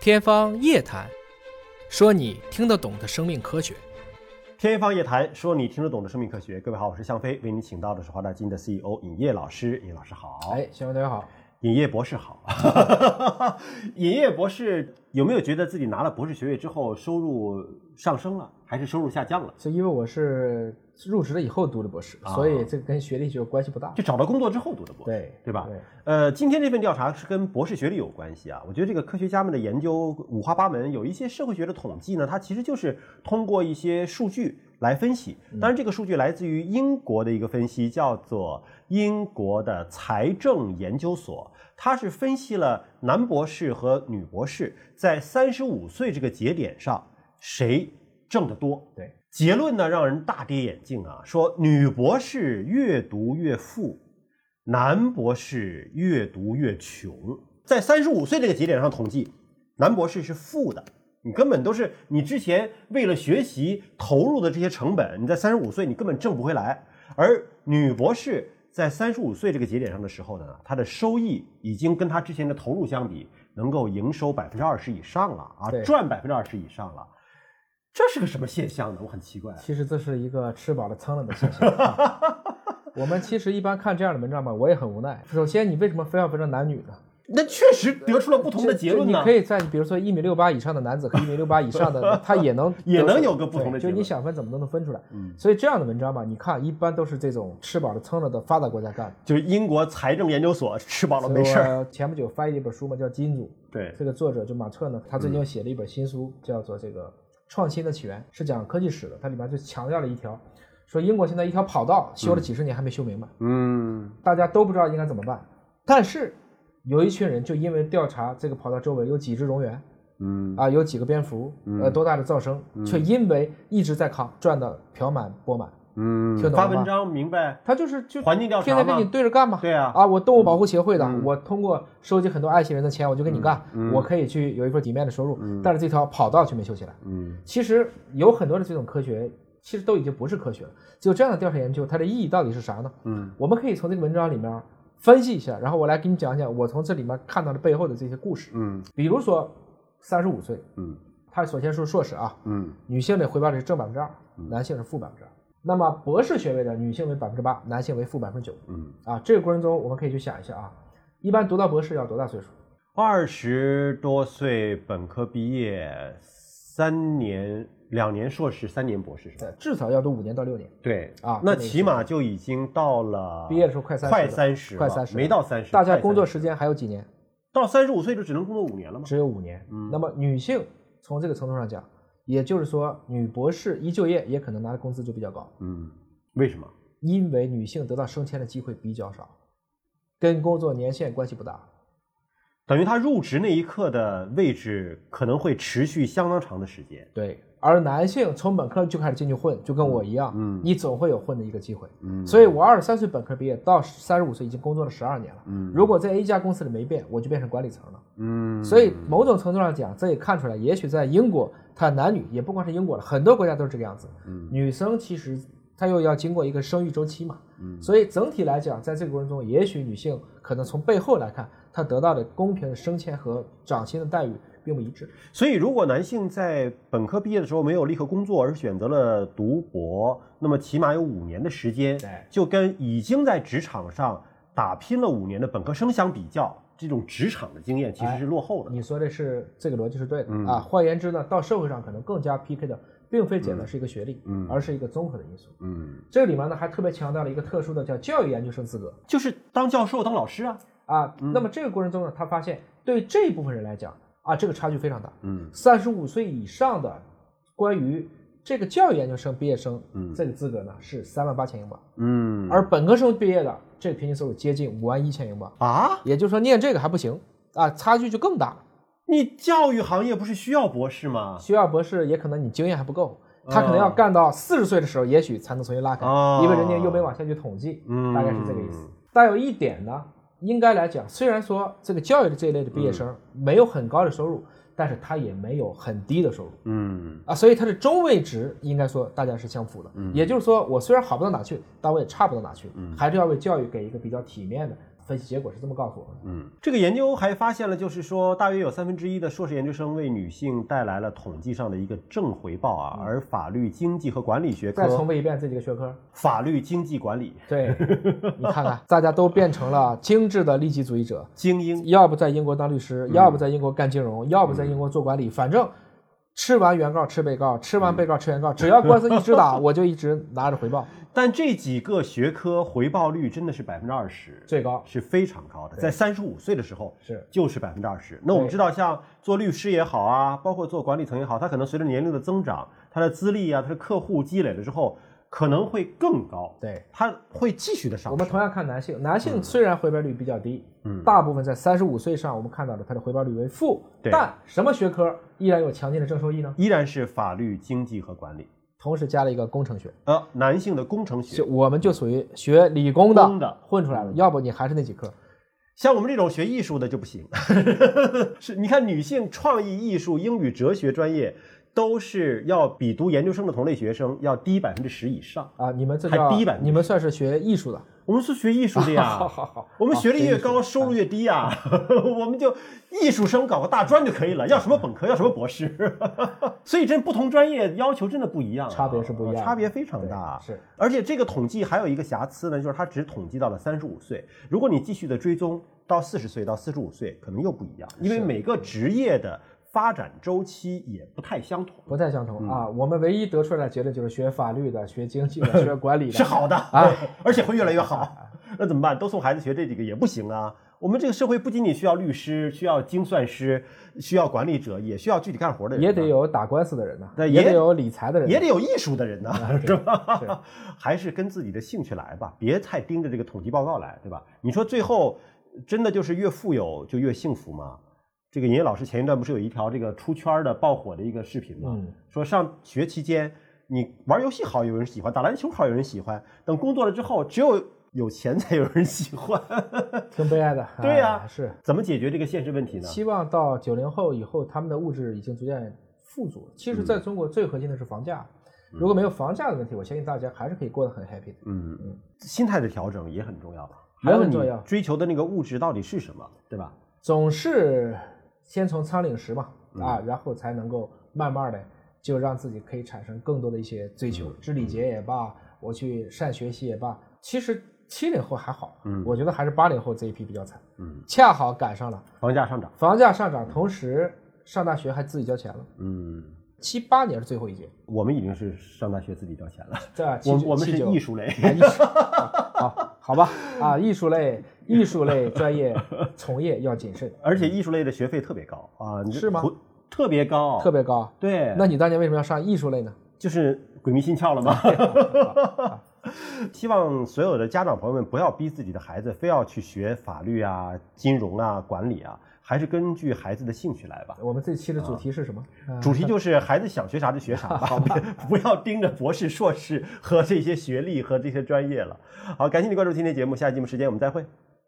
天方夜谭，说你听得懂的生命科学。天方夜谭，说你听得懂的生命科学。各位好，我是向飞，为您请到的是华大基因的 CEO 尹烨老师。尹老师好，哎，小朋友大家好。尹烨博士好。 尹烨博士有没有觉得自己拿了博士学位之后收入上升了，还是收入下降了？所以因为我是入职了以后读的博士，啊所以这个跟学历就关系不大就。找到工作之后读的博士，对对吧？对呃，今天这份调查是跟博士学历有关系啊。我觉得这个科学家们的研究五花八门，有一些社会学的统计呢，它其实就是通过一些数据来分析。当然，这个数据来自于英国的一个分析，叫做英国的财政研究所，它是分析了男博士和女博士在三十五岁这个节点上谁挣得多。对，结论呢让人大跌眼镜啊，说女博士越读越富，男博士越读越穷。在三十五岁这个节点上统计，男博士是负的，你根本都是你之前为了学习投入的这些成本，你在三十五岁你根本挣不回来。而女博士在三十五岁这个节点上的时候呢，她的收益已经跟她之前的投入相比，能够营收百分之二十以上了啊，对赚百分之二十以上了。这是个什么现象呢？我很奇怪。其实这是一个吃饱了撑了的现象。啊我们其实一般看这样的文章吧，我也很无奈。首先，你为什么非要分成男女呢？那确实得出了不同的结论就呢。你可以在比如说一米六八以上的男子和一米六八以上的，他也能也能得出有个不同对的结就论你想分怎么都能分出来。嗯所以这样的文章吧，你看一般都是这种吃饱了撑了的发达国家干的。就是英国财政研究所吃饱了没事儿。儿。前不久翻译了一本书嘛，叫《金主》，对，这个作者就马特呢，他最近嗯又写了一本新书，叫做《这个创新的起源》，是讲科技史的。它里面就强调了一条，说英国现在一条跑道修了几十年还没修明白，嗯，大家都不知道应该怎么办。但是有一群人就因为调查这个跑道周围有几只蝾螈，嗯，啊，有几个蝙蝠，呃，多大的噪声，却因为一直在扛，赚的瓢满钵满。嗯听懂了发吗文章明白。他就是就环境调查天天跟嘛你对着干嘛。对啊啊，我动物保护协会的，我通过收集很多爱心人的钱，我就跟你干，我可以去有一份底面的收入，但是这条跑道却没修起来。嗯，其实有很多的这种科学，其实都已经不是科学了。就这样的调查研究，它的意义到底是啥呢？嗯，我们可以从这个文章里面分析一下，然后我来给你讲讲我从这里面看到的背后的这些故事。嗯比如说，三十五岁，嗯他首先是硕士啊，嗯女性的回报率是正百分之二，男性是负百分之二。那么博士学位的女性为百分之八，男性为负百分之九。嗯，啊，这个过程中我们可以去想一下啊，一般读到博士要多大岁数？二十多岁本科毕业，三年两年硕士，三年博士是吧？呃至少要读五年到六年。对啊那这么一起码就已经到了毕业的时候快30快了三十了，快30了没到三十。大快家30工作时间还有几年？嗯到三十五岁就只能工作五年了吗？只有五年。那么女性从这个程度上讲，也就是说，女博士一就业也可能拿的工资就比较高，嗯，为什么？因为女性得到升迁的机会比较少，跟工作年限关系不大。等于他入职那一刻的位置可能会持续相当长的时间。对，而男性从本科就开始进去混，就跟我一样，嗯你总会有混的一个机会。嗯所以我二十三岁本科毕业，到三十五岁已经工作了十二年了。嗯如果在一家公司里没变，我就变成管理层了。嗯所以某种程度上讲，这也看出来，也许在英国，它男女也不光是英国了，很多国家都是这个样子。嗯女生其实她又要经过一个生育周期嘛，嗯所以整体来讲，在这个过程中，也许女性可能从背后来看，她得到的公平的升迁和涨薪的待遇并不一致。所以，如果男性在本科毕业的时候没有立刻工作，而选择了读博，那么起码有五年的时间对，就跟已经在职场上打拼了五年的本科生相比较，这种职场的经验其实是落后的。哎你说的是这个逻辑是对的、嗯啊。换言之呢，到社会上可能更加 PK 的，并非简单是一个学历，嗯而是一个综合的因素。嗯，这个里面呢，还特别强调了一个特殊的叫教育研究生资格就是当教授、当老师啊。啊。那么这个过程中呢，他发现对这部分人来讲啊，这个差距非常大。嗯三十五岁以上的关于这个教育研究生毕业生，嗯这个资格呢是三万八千英镑，嗯而本科生毕业的这个平均收入接近五万一千英镑，啊，也就是说念这个还不行啊，差距就更大了。你教育行业不是需要博士吗？需要博士也可能你经验还不够，他可能啊要干到四十岁的时候，也许才能重新拉开，啊因为人家又没往下去统计，嗯大概是这个意思。但有一点呢，应该来讲，虽然说这个教育的这一类的毕业生没有很高的收入，但是他也没有很低的收入。嗯啊，所以它的中位值应该说大家是相符的，也就是说，我虽然好不到哪去，但我也差不到哪去，还是要为教育给一个比较体面的分析结果是这么告诉我们的。嗯，这个研究还发现了，就是说，大约有三分之一的硕士研究生为女性带来了统计上的一个正回报啊，而法律、经济和管理学嗯再科，重复一遍这几个学科，法律、经济管理对你看看，大家都变成了精致的利己主义者，精英，要不在英国当律师，嗯要不在英国干金融，要不在英国做管理，反正吃完原告吃被告，吃嗯完被告吃原告，只要官司一直 打，我就一直拿着回报但这几个学科回报率真的是百分之二十，最高。是非常高的，在三十五岁的时候是就是百分之二十。那我们知道，像做律师也好啊，包括做管理层也好，他可能随着年龄的增长，他的资历啊，他的客户积累了之后，可能会更高，对，他会继续的上我升。们同样看男性，男性虽然回报率比较低，嗯大部分在三十五岁上，我们看到了它的回报率为负，对但什么学科依然有强劲的正收益呢？依然是法律、经济和管理。同时加了一个工程学，呃，男性的工程学就，我们就属于学理工的工的嗯混出来的，要不你还是那几科。像我们这种学艺术的就不行。 是，你看女性创意、艺术、英语、哲学专业，都是要比读研究生的同类学生要低百分之十以上。啊，你们这还叫第一版你们算是学艺术的，我们是学艺术的呀， 好好好，我们学历越好，高，收入越低呀、 我们就艺术生搞个大专就可以了，要什么本科，要什么博士。 所以，真不同专业要求真的不一样啊、差别是不一样的差别非常大。啊对是，而且这个统计还有一个瑕疵呢，就是它只统计到了三十五岁。如果你继续的追踪到四十岁到四十五岁，可能又不一样，因为每个职业的发展周期也不太相同，不太相嗯同啊。我们唯一得出来的结论就是学法律的、学经济 的、学管理的是好的，哎对而且会越来越啊好。 那怎么办？都送孩子学这几个也不行啊。我们这个社会不仅仅需要律师，需要精算师，需要管理者，也需要具体干活的人啊，也得有打官司的人呐、对也也得有理财的人呐，也得有艺术的人呐、 是啊是吧？还是跟自己的兴趣来吧，别太盯着这个统计报告来，对吧？你说最后真的就是越富有就越幸福吗？这个尹烨老师前一段不是有一条这个出圈儿的爆火的一个视频吗？嗯说上学期间你玩游戏好有人喜欢，打篮球好有人喜欢，等工作了之后只有有钱才有人喜欢， 挺悲哀的。哎对呀是怎么解决这个现实问题呢？希望到九零后以后，他们的物质已经逐渐富足了。其实，嗯在中国最核心的是房价，如果没有房价的问题，我相信大家还是可以过得很 happy 的。嗯，心态的调整也很重要吧。还也有很你重要追求的那个物质到底是什么，对吧？总是先从仓廪实嘛，嗯啊，然后才能够慢慢的就让自己可以产生更多的一些追嗯求，知礼节也罢，我去善学习也罢。其实七零后还好，嗯我觉得还是八零后这一批比较惨，嗯，恰好赶上了房价上涨，房价上涨，同时上大学还自己交钱了。嗯，七八年是最后一届，我们已经是上大学自己交钱了，这我我们是艺术，术 类，啊艺术好，好吧，啊，艺术类艺术类专业从业要谨 慎，而且艺术类的学费特别高啊，你这是吗不？特别高，特别高。对，那你当年为什么要上艺术类呢？就是鬼迷心窍了吗？ 希望所有的家长朋友们不要逼自己的孩子非要去学法律啊、金融啊、管理啊，还是根据孩子的兴趣来吧。我们这期的主题是什么？啊主题就是孩子想学啥就学啥吧，别 不要盯着博士、硕士和这些学历和这些专业了。好，感谢你关注今天节目，下期节目时间我们再会。